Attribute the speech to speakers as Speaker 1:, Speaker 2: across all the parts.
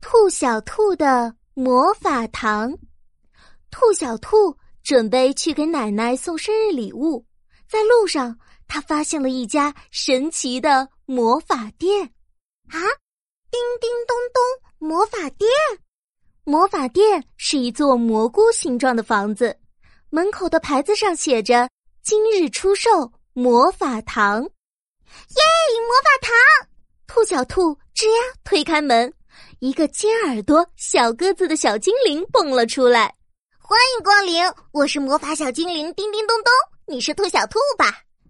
Speaker 1: 兔小兔的魔法糖。兔小兔准备去给奶奶送生日礼物，在路上，他发现了一家神奇的魔法店。
Speaker 2: 啊，叮叮咚咚，魔法店！
Speaker 1: 魔法店是一座蘑菇形状的房子，门口的牌子上写着“今日出售魔法糖”。
Speaker 2: 耶，魔法糖！
Speaker 1: 兔小兔吱呀推开门，一个尖耳朵小鸽子的小精灵蹦了出来。
Speaker 2: 欢迎光临，我是魔法小精灵叮叮咚咚，你是兔小兔吧？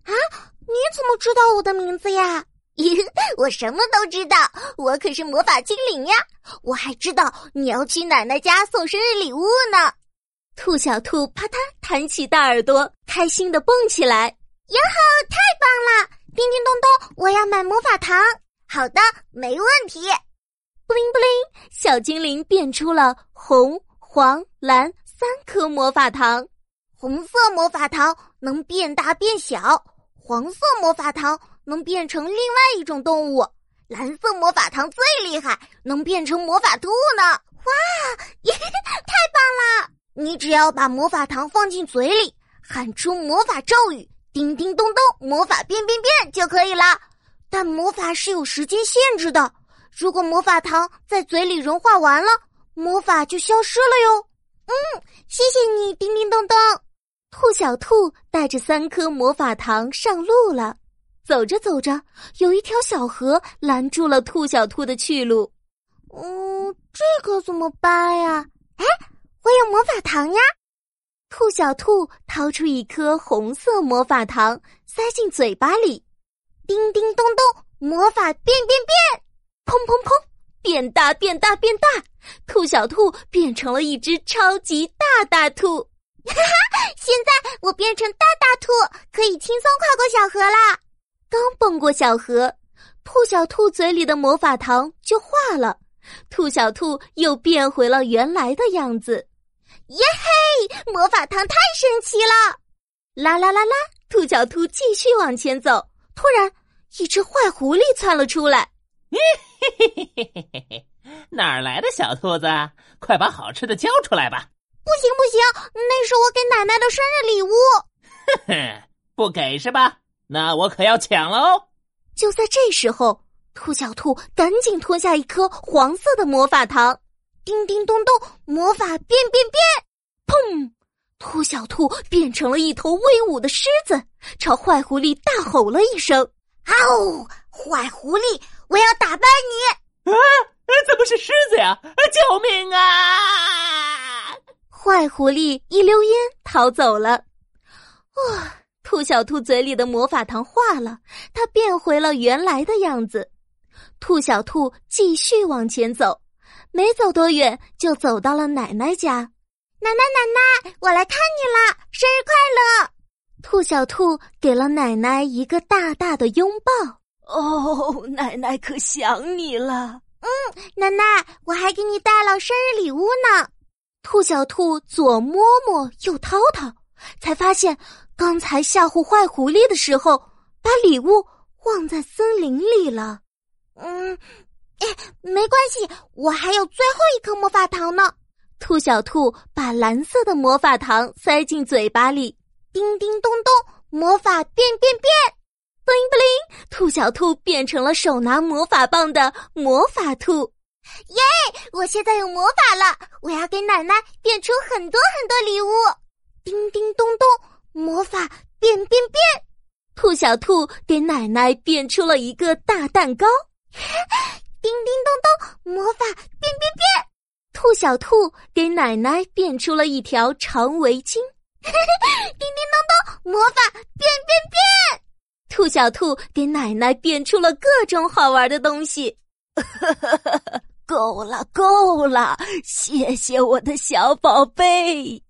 Speaker 2: 啊，你怎么知道我的名字呀？ 我什么都知道，我可是魔法精灵呀！我还知道你要去奶奶家送生日礼物呢。
Speaker 1: 兔小兔啪嗒弹起大耳朵，开心的蹦起来。
Speaker 2: 哟吼，太棒了！叮叮咚咚，我要买魔法糖。好的，没问题。
Speaker 1: 布灵布灵，小精灵变出了红、黄、蓝三颗魔法糖。
Speaker 2: 红色魔法糖能变大变小，黄色魔法糖。能变成另外一种动物，蓝色魔法糖最厉害，能变成魔法兔呢！哇， 太棒了！你只要把魔法糖放进嘴里，喊出魔法咒语“叮叮咚咚”，魔法变变变就可以了。但魔法是有时间限制的，如果魔法糖在嘴里融化完了，魔法就消失了哟。嗯，谢谢你，叮叮咚咚。
Speaker 1: 兔小兔带着三颗魔法糖上路了。走着走着，有一条小河拦住了兔小兔的去路。
Speaker 2: 嗯，这可、个、怎么办呀？哎，我有魔法糖呀！
Speaker 1: 兔小兔掏出一颗红色魔法糖，塞进嘴巴里。
Speaker 2: 叮叮咚咚，魔法变变变！
Speaker 1: 砰砰砰，变大变大变大！兔小兔变成了一只超级大大兔。
Speaker 2: 哈哈，现在我变成大大兔，可以轻松跨过小河啦！
Speaker 1: 刚蹦过小河，兔小兔嘴里的魔法糖就化了，兔小兔又变回了原来的样子。
Speaker 2: 耶嘿，魔法糖太神奇了！
Speaker 1: 啦啦啦啦，兔小兔继续往前走，突然，一只坏狐狸窜了出来。
Speaker 3: 嘿嘿嘿嘿嘿嘿， 哪儿来的小兔子？快把好吃的交出来吧！
Speaker 2: 不行不行，那是我给奶奶的生日礼物。
Speaker 3: 哼哼，不给是吧？那我可要抢了哦！
Speaker 1: 就在这时候，兔小兔赶紧吞下一颗黄色的魔法糖，
Speaker 2: 叮叮咚咚，魔法变变变！
Speaker 1: 砰！兔小兔变成了一头威武的狮子，朝坏狐狸大吼了一声：“
Speaker 2: 啊哦！坏狐狸，我要打败
Speaker 3: 你！”啊，怎么是狮子呀？哎救命啊！
Speaker 1: 坏狐狸一溜烟逃走了。哇、哦！兔小兔嘴里的魔法糖化了，它变回了原来的样子。兔小兔继续往前走，没走多远就走到了奶奶家。
Speaker 2: 奶奶，奶奶，我来看你啦！生日快乐！
Speaker 1: 兔小兔给了奶奶一个大大的拥抱。
Speaker 4: 哦，奶奶可想你了。
Speaker 2: 嗯，奶奶，我还给你带了生日礼物呢。
Speaker 1: 兔小兔左摸摸，右掏掏，才发现。刚才吓唬坏狐狸的时候，把礼物忘在森林里了。
Speaker 2: 嗯，哎，没关系，我还有最后一颗魔法糖呢。
Speaker 1: 兔小兔把蓝色的魔法糖塞进嘴巴里，
Speaker 2: 叮叮咚咚，魔法变变变，
Speaker 1: 布灵布灵，兔小兔变成了手拿魔法棒的魔法兔。
Speaker 2: 耶！我现在有魔法了，我要给奶奶变出很多很多礼物。叮叮咚咚。魔法变变变！
Speaker 1: 兔小兔给奶奶变出了一个大蛋糕。
Speaker 2: 叮叮咚咚，魔法变变变！
Speaker 1: 兔小兔给奶奶变出了一条长围巾。
Speaker 2: 叮叮咚咚，魔法变变变！
Speaker 1: 兔小兔给奶奶变出了各种好玩的东西。
Speaker 4: 够了，够了！谢谢我的小宝贝。